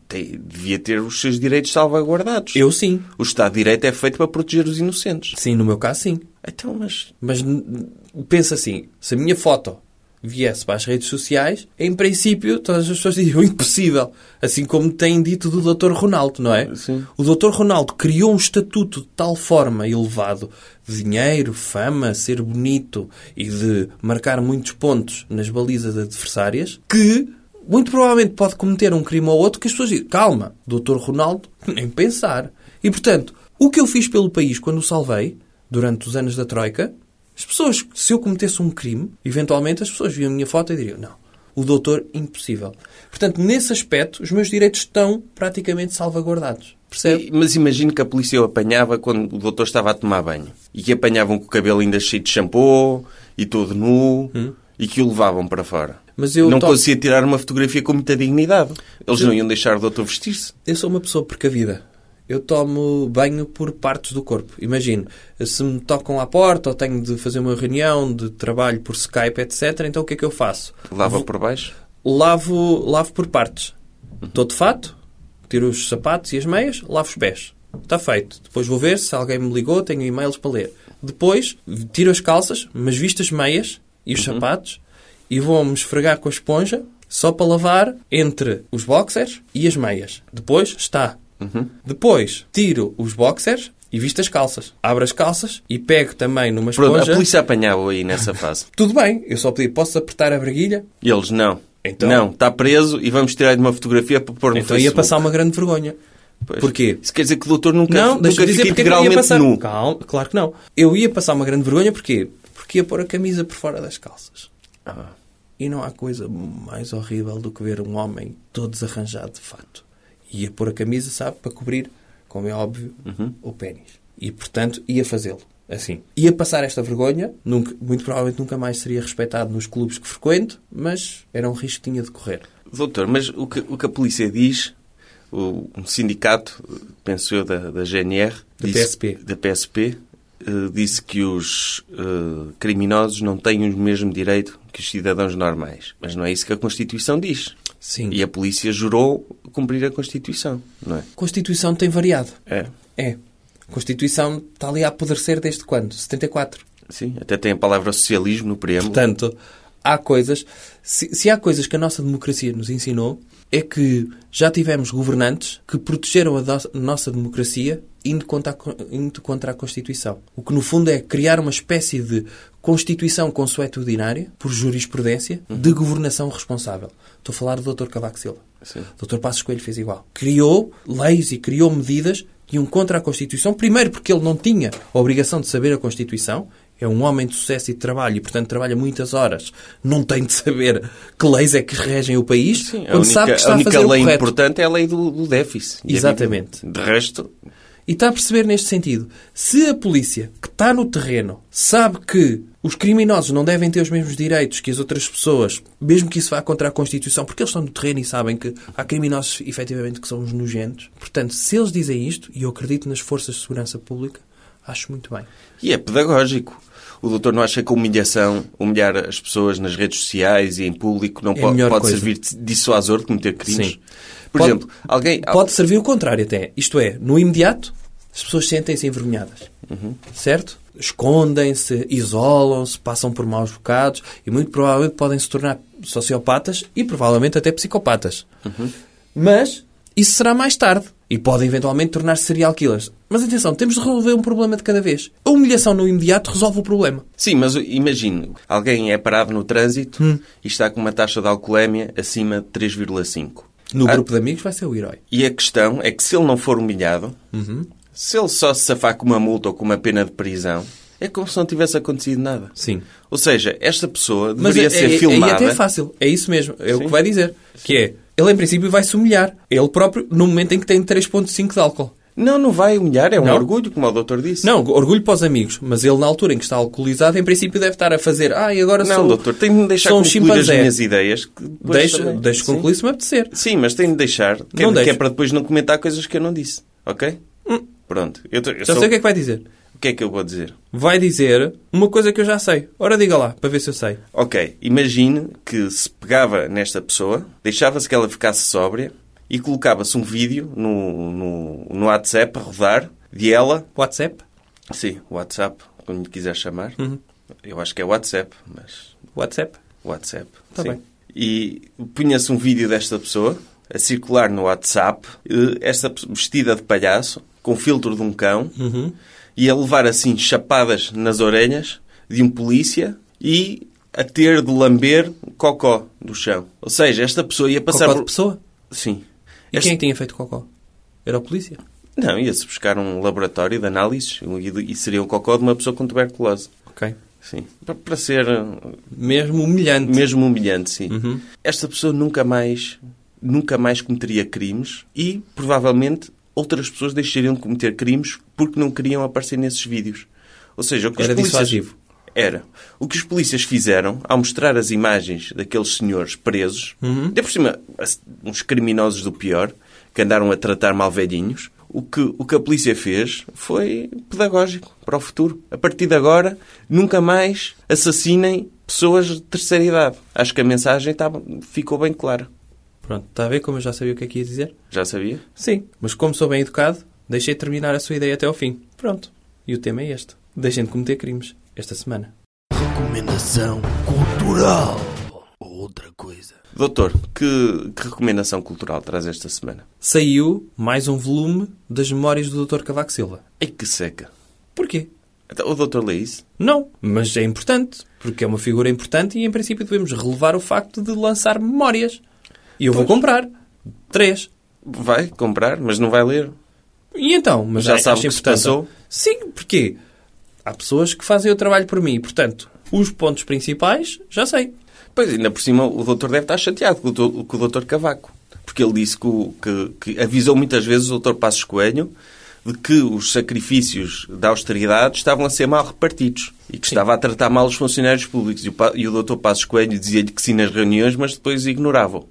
Speaker 2: tem- devia ter os seus direitos salvaguardados.
Speaker 3: Eu sim.
Speaker 2: O Estado de Direito é feito para proteger os inocentes.
Speaker 3: Sim, no meu caso, sim.
Speaker 2: Então, mas...
Speaker 3: Mas n- n- pensa assim, se a minha foto viesse para as redes sociais, em princípio todas as pessoas diriam impossível. Assim como tem dito do Dr. Ronaldo, não é?
Speaker 2: Sim.
Speaker 3: O Dr. Ronaldo criou um estatuto de tal forma elevado de dinheiro, fama, ser bonito e de marcar muitos pontos nas balizas adversárias que muito provavelmente pode cometer um crime ou outro que as pessoas dizem, calma, Dr. Ronaldo, [LAUGHS] nem pensar. E portanto, o que eu fiz pelo país quando o salvei, durante os anos da Troika, as pessoas, se eu cometesse um crime, eventualmente as pessoas viam a minha foto e diriam, não, o doutor impossível. Portanto, nesse aspecto, os meus direitos estão praticamente salvaguardados. Percebe?
Speaker 2: E- Mas imagine que a polícia o apanhava quando o doutor estava a tomar banho. E que apanhavam com o cabelo ainda cheio de shampoo e todo nu. E que o levavam para fora.
Speaker 3: Hum. Mas eu
Speaker 2: não
Speaker 3: to-
Speaker 2: conseguia tirar uma fotografia com muita dignidade. Eles não iam deixar o doutor vestir-se.
Speaker 3: Eu sou uma pessoa precavida. Eu tomo banho por partes do corpo. Imagino, se me tocam à porta ou tenho de fazer uma reunião de trabalho por Skype, etc., então o que é que eu faço?
Speaker 2: Lava por baixo.
Speaker 3: Lavo, lavo por partes. Estou de fato, tiro os sapatos e as meias, lavo os pés. Está feito. Depois vou ver se alguém me ligou, tenho e-mails para ler. Depois tiro as calças, mas visto as meias e
Speaker 2: Uhum.
Speaker 3: os sapatos e vou-me esfregar com a esponja só para lavar entre os boxers e as meias. Depois está.
Speaker 2: Uhum.
Speaker 3: Depois tiro os boxers e visto as calças. Abro as calças e pego também numa
Speaker 2: Pronto,
Speaker 3: esponja.
Speaker 2: a polícia apanhava aí nessa fase.
Speaker 3: Tudo bem, eu só pedi, posso apertar a briguilha?
Speaker 2: E eles, não.
Speaker 3: Então?
Speaker 2: Não, está preso e vamos tirar-lhe uma fotografia para pôr no
Speaker 3: Então ia
Speaker 2: Facebook.
Speaker 3: passar uma grande vergonha.
Speaker 2: Pois.
Speaker 3: Porquê?
Speaker 2: Isso quer dizer que o doutor nunca,
Speaker 3: não,
Speaker 2: nunca fica
Speaker 3: deixa-me dizer porque é que eu
Speaker 2: integralmente
Speaker 3: ia passar...
Speaker 2: nu.
Speaker 3: Calma, claro que não. Eu ia passar uma grande vergonha, porquê? Porque ia pôr a camisa por fora das calças.
Speaker 2: Ah,
Speaker 3: E não há coisa mais horrível do que ver um homem todo desarranjado de fato. Ia pôr a camisa, sabe, para cobrir, como é óbvio,
Speaker 2: Uhum.
Speaker 3: o pênis. E, portanto, ia fazê-lo. Assim. Ia passar esta vergonha, nunca, muito provavelmente nunca mais seria respeitado nos clubes que frequento, mas era um risco que tinha de correr.
Speaker 2: Doutor, mas o que, o que a polícia diz, o, um sindicato, penso eu, da, da GNR...
Speaker 3: Da
Speaker 2: disse-
Speaker 3: PSP.
Speaker 2: Da PSP, eh, disse que os eh, criminosos não têm o mesmo direito que os cidadãos normais. Mas não é isso que a Constituição diz.
Speaker 3: Sim.
Speaker 2: E a polícia jurou cumprir a Constituição, não é?
Speaker 3: Constituição tem variado.
Speaker 2: É.
Speaker 3: É. Constituição está ali a apodrecer desde quando? 74.
Speaker 2: Sim, até tem a palavra socialismo no preâmbulo.
Speaker 3: Portanto, há coisas. Se, se há coisas que a nossa democracia nos ensinou, é que já tivemos governantes que protegeram a do- nossa democracia indo contra, a, co- indo contra a Constituição. O que, no fundo, é criar uma espécie de Constituição consuetudinária, por jurisprudência, de governação responsável. Estou a falar do Dr. Cavaco Silva.
Speaker 2: Sim.
Speaker 3: O Dr. Passos Coelho fez igual. Criou leis e criou medidas que iam contra a Constituição, primeiro porque ele não tinha a obrigação de saber a Constituição, é um homem de sucesso e de trabalho e, portanto, trabalha muitas horas, não tem de saber que leis é que regem o país,
Speaker 2: Sim, é a
Speaker 3: quando
Speaker 2: única,
Speaker 3: sabe que está
Speaker 2: a
Speaker 3: a,
Speaker 2: única
Speaker 3: fazer o
Speaker 2: lei
Speaker 3: correto.
Speaker 2: importante é a lei do, do déficit. E a
Speaker 3: Exatamente.
Speaker 2: vida- De resto,
Speaker 3: E está a perceber neste sentido. Se a polícia, que está no terreno, sabe que os criminosos não devem ter os mesmos direitos que as outras pessoas, mesmo que isso vá contra a Constituição, porque eles estão no terreno e sabem que há criminosos, efetivamente, que são uns nojentos. Portanto, se eles dizem isto, e eu acredito nas forças de segurança pública, acho muito bem.
Speaker 2: E é pedagógico. O doutor não acha que a humilhação, humilhar as pessoas nas redes sociais e em público, não
Speaker 3: É a
Speaker 2: pode,
Speaker 3: melhor
Speaker 2: pode
Speaker 3: coisa.
Speaker 2: servir de dissuasor de cometer crimes?
Speaker 3: Sim.
Speaker 2: Por
Speaker 3: Pode-
Speaker 2: exemplo, alguém...
Speaker 3: Pode servir o contrário até. Isto é, no imediato, as pessoas sentem-se envergonhadas. Certo? Escondem-se, isolam-se, passam por maus bocados e muito provavelmente podem se tornar sociopatas e provavelmente até psicopatas. Mas isso será mais tarde e podem eventualmente tornar-se serial killers. Mas atenção, temos de resolver um problema de cada vez. A humilhação no imediato resolve o problema.
Speaker 2: Sim, mas imagino, alguém é parado no trânsito
Speaker 3: Hum.
Speaker 2: e está com uma taxa de alcoolemia acima de 3,5.
Speaker 3: No
Speaker 2: Ah,
Speaker 3: grupo de amigos vai ser o herói.
Speaker 2: E a questão é que se ele não for humilhado,
Speaker 3: Uhum.
Speaker 2: se ele só se safar com uma multa ou com uma pena de prisão, é como se não tivesse acontecido nada.
Speaker 3: Sim.
Speaker 2: Ou seja, esta pessoa
Speaker 3: Mas
Speaker 2: deveria
Speaker 3: é-
Speaker 2: ser
Speaker 3: é, é-
Speaker 2: filmada...
Speaker 3: É até fácil. É isso mesmo. É o
Speaker 2: Sim.
Speaker 3: que vai dizer. Que é, ele em princípio vai se humilhar. Ele próprio, no momento em que tem 3.5 de álcool.
Speaker 2: Não, não vai humilhar, é um
Speaker 3: Não?
Speaker 2: orgulho, como o doutor disse.
Speaker 3: Não, orgulho para os amigos. Mas ele, na altura em que está alcoolizado, em princípio deve estar a fazer... Ah, e agora
Speaker 2: Não,
Speaker 3: sou...
Speaker 2: doutor, tem de me deixar
Speaker 3: sou um
Speaker 2: concluir as
Speaker 3: chimpanzé."
Speaker 2: minhas ideias. que depois
Speaker 3: Deixo,
Speaker 2: também-
Speaker 3: deixo
Speaker 2: Sim.
Speaker 3: concluir se me apetecer.
Speaker 2: Sim, mas tem de deixar, que,
Speaker 3: Não
Speaker 2: é, que é
Speaker 3: deixo. Hum.
Speaker 2: para depois não comentar coisas que eu não disse, ok? Pronto. Eu, tô- eu
Speaker 3: Já
Speaker 2: sou-
Speaker 3: sei o que é que vai dizer.
Speaker 2: o que é que eu vou dizer?
Speaker 3: Vai dizer uma coisa que eu já sei. Ora, diga lá, para ver se eu sei.
Speaker 2: Ok, imagine que se pegava nesta pessoa, deixava-se que ela ficasse sóbria e colocava-se um vídeo no, no, no WhatsApp a rodar de ela,
Speaker 3: WhatsApp?
Speaker 2: sim, WhatsApp, como lhe quiser chamar.
Speaker 3: Uhum.
Speaker 2: Eu acho que é WhatsApp, mas
Speaker 3: WhatsApp?
Speaker 2: WhatsApp.
Speaker 3: Tá
Speaker 2: sim.
Speaker 3: bem.
Speaker 2: E punha-se um vídeo desta pessoa a circular no WhatsApp, eh, esta pe- vestida de palhaço, com filtro de um cão, e a levar assim chapadas nas orelhas de um polícia e a ter de lamber cocó do chão. Ou seja, esta pessoa ia passar
Speaker 3: Cocó de
Speaker 2: por-
Speaker 3: pessoa?
Speaker 2: Sim.
Speaker 3: E
Speaker 2: Esta-
Speaker 3: quem é que tinha feito cocó? Era o polícia?
Speaker 2: Não, ia-se buscar um laboratório de análises e, e seria o cocó de uma pessoa com tuberculose.
Speaker 3: Ok.
Speaker 2: Sim. Pa- Para ser eh,
Speaker 3: Mesmo humilhante.
Speaker 2: Mesmo humilhante, sim. Esta pessoa nunca mais, nunca mais cometeria crimes e, provavelmente, outras pessoas deixariam de cometer crimes porque não queriam aparecer nesses vídeos. Ou seja, o que
Speaker 3: Era
Speaker 2: os polícias...
Speaker 3: dissuasivo.
Speaker 2: Era. O que os polícias fizeram ao mostrar as imagens daqueles senhores presos,
Speaker 3: Uhum.
Speaker 2: ainda por cima, as- uns criminosos do pior, que andaram a tratar mal velhinhos, o que, o que a polícia fez foi pedagógico para o futuro. A partir de agora, nunca mais assassinem pessoas de terceira idade. Acho que a mensagem tá- ficou bem clara.
Speaker 3: Pronto, está a ver como eu já sabia o que é que ia dizer?
Speaker 2: Já sabia?
Speaker 3: Sim, mas como sou bem educado, deixei terminar a sua ideia até ao fim. Pronto. E o tema é este. Deixem de cometer crimes. Esta semana.
Speaker 1: Recomendação cultural. Outra coisa.
Speaker 2: Doutor, que, que recomendação cultural traz esta semana?
Speaker 3: Saiu mais um volume das memórias do Dr. Cavaco Silva.
Speaker 2: Ai que seca.
Speaker 3: Porquê?
Speaker 2: Então, O doutor lê isso?
Speaker 3: Não, mas é importante, porque é uma figura importante e em princípio devemos relevar o facto de lançar memórias. E eu vou comprar. Três.
Speaker 2: Vai comprar, mas não vai ler.
Speaker 3: E então? Mas
Speaker 2: Já
Speaker 3: a-
Speaker 2: sabe
Speaker 3: acho
Speaker 2: o que se
Speaker 3: importante.
Speaker 2: passou?
Speaker 3: Sim, porque há pessoas que fazem o trabalho por mim. Portanto, os pontos principais, já sei.
Speaker 2: Pois, ainda por cima, o doutor deve estar chateado com o dou- com o doutor Cavaco. Porque ele disse que, o- que- que avisou muitas vezes o doutor Passos Coelho de que os sacrifícios da austeridade estavam a ser mal repartidos e que estava a tratar mal os funcionários públicos. E o, pa- e o doutor Passos Coelho dizia-lhe que sim nas reuniões, mas depois ignorava-o.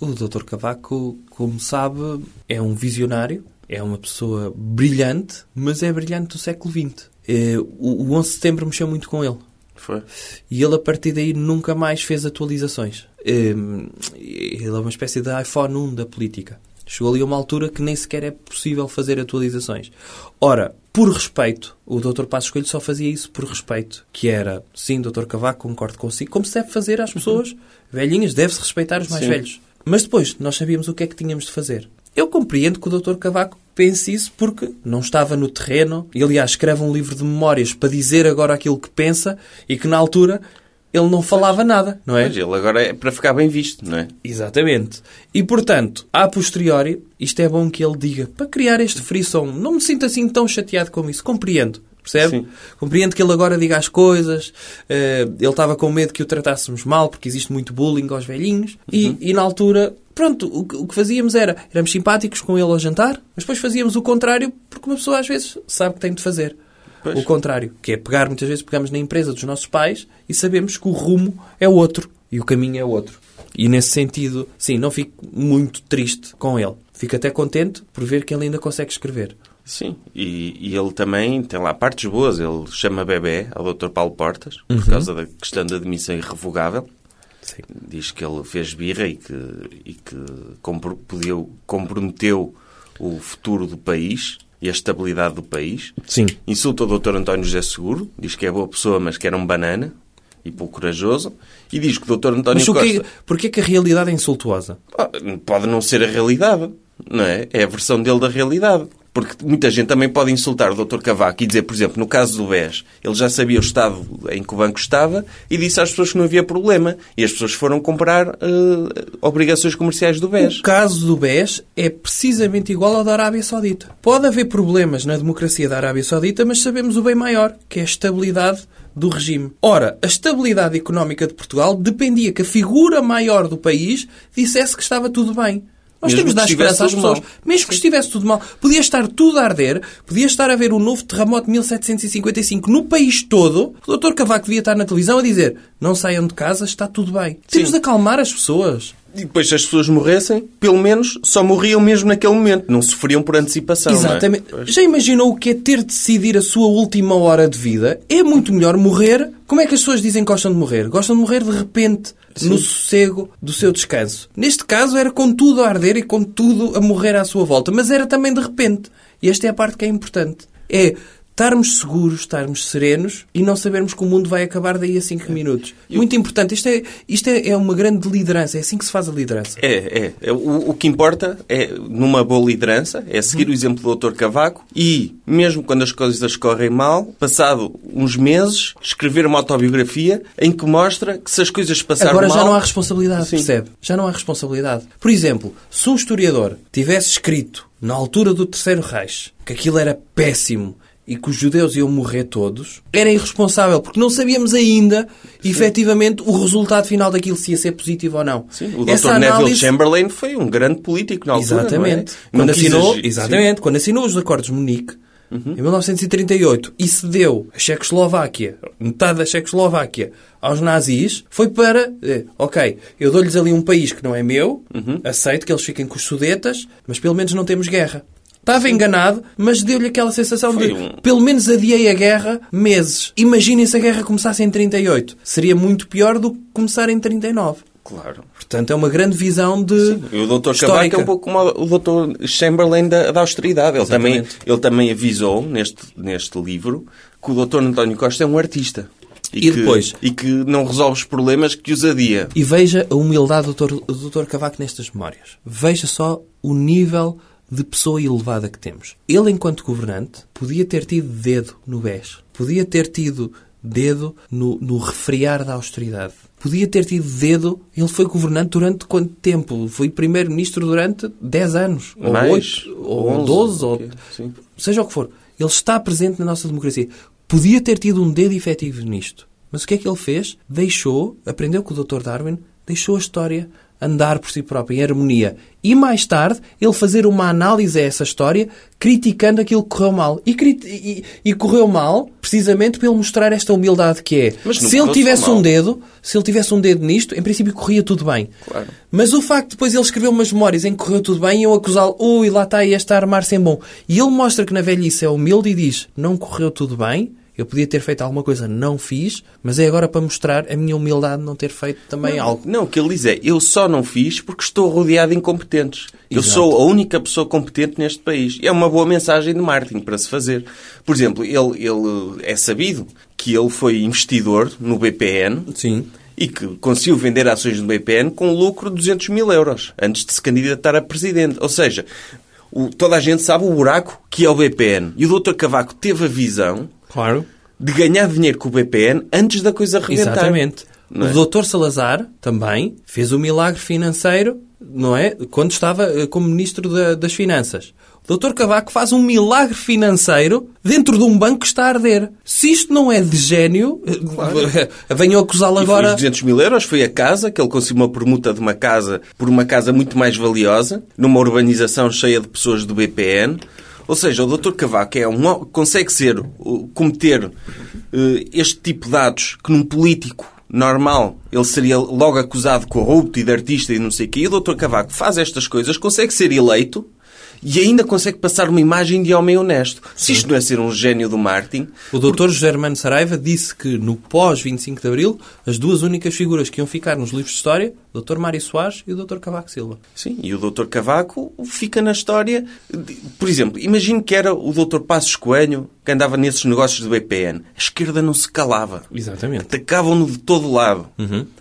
Speaker 3: O Dr. Cavaco, como sabe, é um visionário, é uma pessoa brilhante, mas é brilhante do século XX. Eh, O o 11 de setembro mexeu muito com ele.
Speaker 2: Foi?
Speaker 3: E ele, a partir daí, nunca mais fez atualizações. Hum, Ele é uma espécie de iPhone 1 da política. Chegou ali a uma altura que nem sequer é possível fazer atualizações. Ora, por respeito, o Dr. Passos Coelho só fazia isso por respeito. Que era, sim, Dr. Cavaco, concordo consigo, como se deve fazer às pessoas velhinhas, deve-se respeitar os mais
Speaker 2: Sim.
Speaker 3: velhos. Mas depois, nós sabíamos o que é que tínhamos de fazer. Eu compreendo que o Dr. Cavaco pense isso porque não estava no terreno. E, aliás, escreve um livro de memórias para dizer agora aquilo que pensa e que, na altura, ele não falava nada, não é?
Speaker 2: Mas ele agora é para ficar bem visto, não é?
Speaker 3: Exatamente. E, portanto, a posteriori, isto é bom que ele diga, para criar este frisson, não me sinto assim tão chateado como isso. Compreendo. Percebe?
Speaker 2: Sim.
Speaker 3: Compreendo que ele agora diga as coisas. eh, ele estava com medo que o tratássemos mal, porque existe muito bullying aos velhinhos. E, e na altura, pronto, o, que- o que fazíamos era, éramos simpáticos com ele ao jantar, mas depois fazíamos o contrário, porque uma pessoa às vezes sabe que tem de fazer.
Speaker 2: Pois.
Speaker 3: O contrário, que é pegar, muitas vezes pegamos na empresa dos nossos pais e sabemos que o rumo é outro e o caminho é outro. E nesse sentido, sim, não fico muito triste com ele. Fico até contente por ver que ele ainda consegue escrever.
Speaker 2: Sim, e, e ele também tem lá partes boas. Ele chama bebê ao Dr. Paulo Portas por causa da questão da admissão irrevogável.
Speaker 3: Sim.
Speaker 2: Diz que ele fez birra e que, e que compro- podia- comprometeu o futuro do país e a estabilidade do país.
Speaker 3: Sim.
Speaker 2: Insulta o Dr. António José Seguro, diz que é boa pessoa, mas que era um banana e pouco corajoso. E diz que o Dr. António
Speaker 3: Mas o que,
Speaker 2: Costa
Speaker 3: porquê que a realidade é insultuosa?
Speaker 2: Ah, Pode não ser a realidade, não é? É a versão dele da realidade. Porque muita gente também pode insultar o Dr. Cavaco e dizer, por exemplo, no caso do BES, ele já sabia o estado em que o banco estava e disse às pessoas que não havia problema. E as pessoas foram comprar eh, obrigações comerciais do BES.
Speaker 3: O caso do BES é precisamente igual ao da Arábia Saudita. Pode haver problemas na democracia da Arábia Saudita, mas sabemos o bem maior, que é a estabilidade do regime. Ora, a estabilidade económica de Portugal dependia que a figura maior do país dissesse que estava tudo bem. Nós
Speaker 2: Mesmo
Speaker 3: temos de dar
Speaker 2: que estivesse
Speaker 3: esperança às
Speaker 2: tudo mal.
Speaker 3: pessoas. Mesmo que estivesse tudo mal, podia estar tudo a arder, podia estar a haver um novo terremoto de 1755 no país todo. O Dr. Cavaco devia estar na televisão a dizer: não saiam de casa, está tudo bem. Temos de acalmar as pessoas.
Speaker 2: E depois, se as pessoas morressem, pelo menos só morriam mesmo naquele momento. Não sofriam por antecipação. não é?
Speaker 3: Exatamente. Já imaginou o que é ter de decidir a sua última hora de vida? É muito melhor morrer. Como é que as pessoas dizem que gostam de morrer? Gostam de morrer de repente, no sossego do seu descanso. Neste caso, era com tudo a arder e com tudo a morrer à sua volta, mas era também de repente. E esta é a parte que é importante. É estarmos seguros, estarmos serenos e não sabermos que o mundo vai acabar daí a
Speaker 2: É.
Speaker 3: 5 minutos. Muito importante. Isto, é, isto é, é uma grande liderança. É assim que se faz a liderança.
Speaker 2: É, é. É, O, o que importa é, numa boa liderança, é seguir o
Speaker 3: Uhum.
Speaker 2: exemplo do Dr. Cavaco e, mesmo quando as coisas correm mal, passado uns meses, escrever uma autobiografia em que mostra que se as coisas passaram
Speaker 3: Agora
Speaker 2: mal...
Speaker 3: já não há responsabilidade, percebe? Já não há responsabilidade. Por exemplo, se um historiador tivesse escrito, na altura do Terceiro Reich, que aquilo era péssimo e que os judeus iam morrer todos, era irresponsável, porque não sabíamos ainda, efetivamente, o resultado final daquilo, se ia ser positivo ou não.
Speaker 2: Sim, o Dr. Neville Chamberlain foi um grande político na altura,
Speaker 3: Exatamente.
Speaker 2: não é? Não
Speaker 3: Quando
Speaker 2: quis
Speaker 3: assinou,
Speaker 2: agir. Uhum.
Speaker 3: exatamente, quando assinou os acordos de Munique, em 1938, e cedeu a Checoslováquia, metade da Checoslováquia, aos nazis, foi para, eh, ok, eu dou-lhes ali um país que não é meu,
Speaker 2: Uhum.
Speaker 3: aceito que eles fiquem com os sudetas, mas pelo menos não temos guerra. Estava enganado, mas deu-lhe aquela sensação
Speaker 2: Foi
Speaker 3: de,
Speaker 2: um-
Speaker 3: pelo menos adiei a guerra meses. Imaginem se a guerra começasse em 38. Seria muito pior do que começar em 39.
Speaker 2: Claro.
Speaker 3: Portanto, é uma grande visão de
Speaker 2: E o Dr. Cavaco
Speaker 3: histórica.
Speaker 2: é um pouco como o Dr. Chamberlain da, da austeridade. Ele também,
Speaker 3: Exatamente.
Speaker 2: ele também avisou neste, neste livro que o Dr. António Costa é um artista.
Speaker 3: E
Speaker 2: que,
Speaker 3: depois?
Speaker 2: E que não resolve os problemas que os adia.
Speaker 3: E veja a humildade do Dr. do Dr. Cavaco nestas memórias. Veja só o nível de pessoa elevada que temos. Ele, enquanto governante, podia ter tido dedo no BES. Podia ter tido dedo no, no refriar da austeridade. Podia ter tido dedo, ele foi governante durante quanto tempo? Foi primeiro-ministro durante 10 anos, ou
Speaker 2: Mais,
Speaker 3: 8, ou
Speaker 2: 11,
Speaker 3: 12,
Speaker 2: ou o
Speaker 3: ou
Speaker 2: quê? Sim.
Speaker 3: seja o que for. Ele está presente na nossa democracia. Podia ter tido um dedo efetivo nisto. Mas o que é que ele fez? Deixou, aprendeu com o Dr. Darwin, deixou a história andar por si própria, em harmonia. E mais tarde, ele fazer uma análise a essa história, criticando aquilo que correu mal. E, crit- e- e correu mal, precisamente, para ele mostrar esta humildade que é.
Speaker 2: Mas não
Speaker 3: se ele
Speaker 2: correu
Speaker 3: tivesse
Speaker 2: tão mal.
Speaker 3: um dedo, se ele tivesse um dedo nisto, em princípio corria tudo bem.
Speaker 2: Claro.
Speaker 3: Mas o facto de depois ele escrever umas memórias em que correu tudo bem e eu acusá-lo, ui, lá está este a armar sem bom. E ele mostra que na velhice é humilde e diz, não correu tudo bem, eu podia ter feito alguma coisa, não fiz, mas é agora para mostrar a minha humildade de não ter feito também algo.
Speaker 2: Não, o que ele diz é, eu só não fiz porque estou rodeado de incompetentes. Eu
Speaker 3: Exato.
Speaker 2: sou a única pessoa competente neste país. É uma boa mensagem de marketing para se fazer. Por exemplo, ele, ele é sabido que ele foi investidor no BPN
Speaker 3: Sim.
Speaker 2: e que conseguiu vender ações do BPN com um lucro de 200 mil euros antes de se candidatar a presidente. Ou seja, o- toda a gente sabe o buraco que é o BPN. E o Dr. Cavaco teve a visão
Speaker 3: Claro.
Speaker 2: de ganhar dinheiro com o BPN antes da coisa arrebentar.
Speaker 3: Exatamente.
Speaker 2: Não é?
Speaker 3: O Dr. Salazar também fez o milagre financeiro, não é? Quando estava eh, como Ministro da- das Finanças. O Dr. Cavaco faz um milagre financeiro dentro de um banco que está a arder. Se isto não é de gênio, [LAUGHS] venham acusá-lo
Speaker 2: E foi
Speaker 3: agora.
Speaker 2: os 200 mil euros, foi a casa, que ele conseguiu uma permuta de uma casa por uma casa muito mais valiosa, numa urbanização cheia de pessoas do BPN. Ou seja, o Dr. Cavaco é um, ho- consegue ser, o- cometer eh, este tipo de atos que num político normal ele seria logo acusado de corrupto e de artista e não sei o quê. E o Dr. Cavaco faz estas coisas, consegue ser eleito e ainda consegue passar uma imagem de homem honesto. Se isto não é ser um gênio do marketing,
Speaker 3: O Dr. José Hermano Saraiva disse que no pós-25 de Abril, as duas únicas figuras que iam ficar nos livros de história, o Dr. Mário Soares e o Dr. Cavaco Silva.
Speaker 2: Sim, e o Dr. Cavaco fica na história. de- Por exemplo, imagino que era o Dr. Passos Coelho que andava nesses negócios do BPN. A esquerda não se calava.
Speaker 3: Exatamente.
Speaker 2: Atacavam-no de todo lado.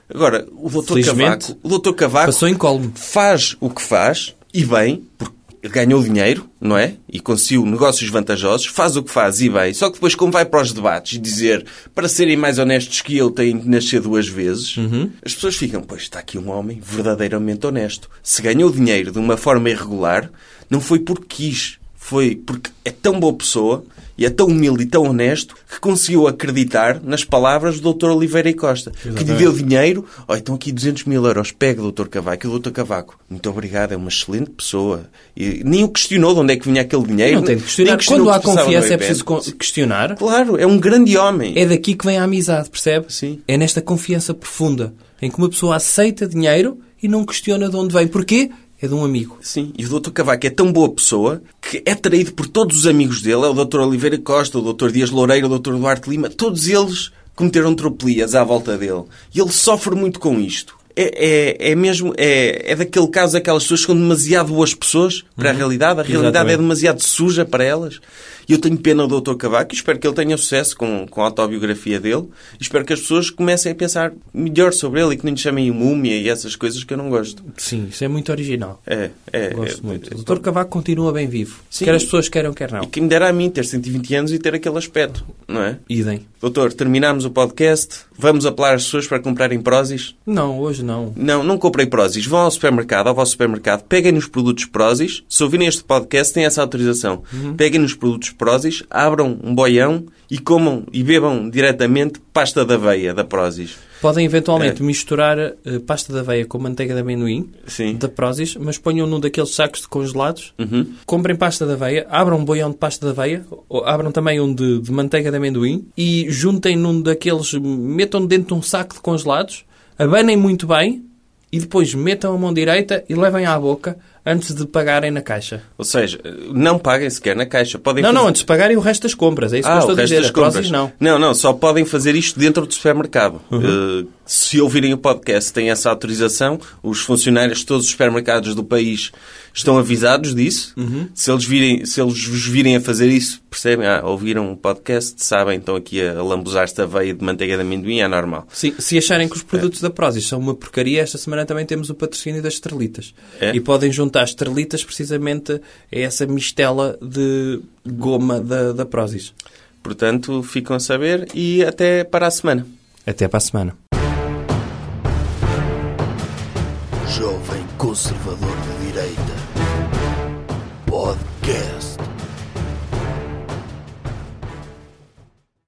Speaker 2: Agora, o Dr.
Speaker 3: Uhum. Felizmente,
Speaker 2: Cavaco, o Dr. Cavaco
Speaker 3: Passou incólume.
Speaker 2: faz o que faz e bem, porque ganhou dinheiro, não é? E conseguiu negócios vantajosos, faz o que faz e bem. Só que depois, como vai para os debates e dizer para serem mais honestos que eu, têm de nascer duas vezes, as pessoas ficam: pois está aqui um homem verdadeiramente honesto. Se ganhou dinheiro de uma forma irregular, não foi porque quis. Foi porque é tão boa pessoa e é tão humilde e tão honesto que conseguiu acreditar nas palavras do Dr. Oliveira e Costa, que lhe deu dinheiro. Olha, estão aqui 200 mil euros, pegue, Dr. Cavaco. E o Dr. Cavaco, muito obrigado, é uma excelente pessoa. E nem o questionou de onde é que vinha aquele dinheiro.
Speaker 3: Não tem de
Speaker 2: nem
Speaker 3: questionar.
Speaker 2: questionou
Speaker 3: Quando
Speaker 2: o que
Speaker 3: há
Speaker 2: se passava no
Speaker 3: confiança é
Speaker 2: IPN.
Speaker 3: preciso con- questionar.
Speaker 2: Claro, é um grande homem.
Speaker 3: É daqui que vem a amizade, percebe?
Speaker 2: Sim.
Speaker 3: É nesta confiança profunda em que uma pessoa aceita dinheiro e não questiona de onde vem. Porquê? É de um amigo.
Speaker 2: Sim, e o Dr. Cavaco é tão boa pessoa que é traído por todos os amigos dele. É o Dr. Oliveira Costa, o Dr. Dias Loureiro, o Dr. Duarte Lima. Todos eles cometeram tropelias à volta dele. E ele sofre muito com isto. É, é, é mesmo... É, é daquele caso daquelas pessoas que são demasiado boas pessoas para a realidade. A realidade é
Speaker 3: Uhum. Exatamente.
Speaker 2: demasiado suja para elas. E eu tenho pena do Dr. Cavaco e espero que ele tenha sucesso com, com a autobiografia dele. E espero que as pessoas comecem a pensar melhor sobre ele e que não lhe chamem múmia e essas coisas que eu não gosto.
Speaker 3: Sim, isso é muito original.
Speaker 2: É, é,
Speaker 3: Gosto
Speaker 2: é,
Speaker 3: muito.
Speaker 2: é,
Speaker 3: O Dr. Cavaco continua bem vivo.
Speaker 2: Sim.
Speaker 3: Quer as pessoas queiram, quer
Speaker 2: E
Speaker 3: não.
Speaker 2: que me dera a mim ter 120 anos e ter aquele aspecto, não é?
Speaker 3: Idem.
Speaker 2: Doutor, terminámos o podcast. Vamos apelar às pessoas para comprarem Prozis?
Speaker 3: Não, hoje não.
Speaker 2: Não, não comprei Prozis. Vão ao supermercado, ao vosso supermercado, peguem nos produtos Prozis. Se ouvirem este podcast, têm essa autorização.
Speaker 3: Uhum.
Speaker 2: Peguem nos produtos Prozis, abram um boião e comam e bebam diretamente pasta da aveia da Prozis.
Speaker 3: Podem eventualmente
Speaker 2: É.
Speaker 3: misturar eh, pasta de aveia com manteiga de amendoim,
Speaker 2: Sim.
Speaker 3: da Prozis, mas ponham num daqueles sacos de congelados,
Speaker 2: Uhum.
Speaker 3: comprem pasta de aveia, abram um boião de pasta de aveia, ou abram também um de, de manteiga de amendoim e juntem num daqueles, metam dentro de um saco de congelados, abanem muito bem e depois metam a mão direita e levem à boca antes de pagarem na caixa.
Speaker 2: Ou seja, não paguem sequer na caixa. Podem
Speaker 3: Não, não,
Speaker 2: fazer-
Speaker 3: antes de pagarem o resto das compras, é isso que eu
Speaker 2: É Ah,
Speaker 3: estou
Speaker 2: o
Speaker 3: a
Speaker 2: resto
Speaker 3: dizer.
Speaker 2: das
Speaker 3: A Prozis
Speaker 2: compras.
Speaker 3: não. Uhum.
Speaker 2: não, não, só podem fazer isto dentro do supermercado. Eh, se ouvirem o podcast, têm essa autorização. Os funcionários de todos os supermercados do país estão avisados disso.
Speaker 3: Uhum.
Speaker 2: Se, eles virem, se eles vos virem a fazer isso, percebem, ah, ouviram o podcast, sabem, estão aqui a lambuzar-se a veia de manteiga de amendoim, é normal.
Speaker 3: Sim, se acharem que os produtos da Prozis são uma porcaria, esta semana também temos o patrocínio das estrelitas.
Speaker 2: É?
Speaker 3: E podem juntar estrelitas precisamente a essa mistela de goma da, da Prozis.
Speaker 2: Portanto, ficam a saber e até para a semana.
Speaker 3: Até para a semana.
Speaker 1: Jovem Conservador de Direita.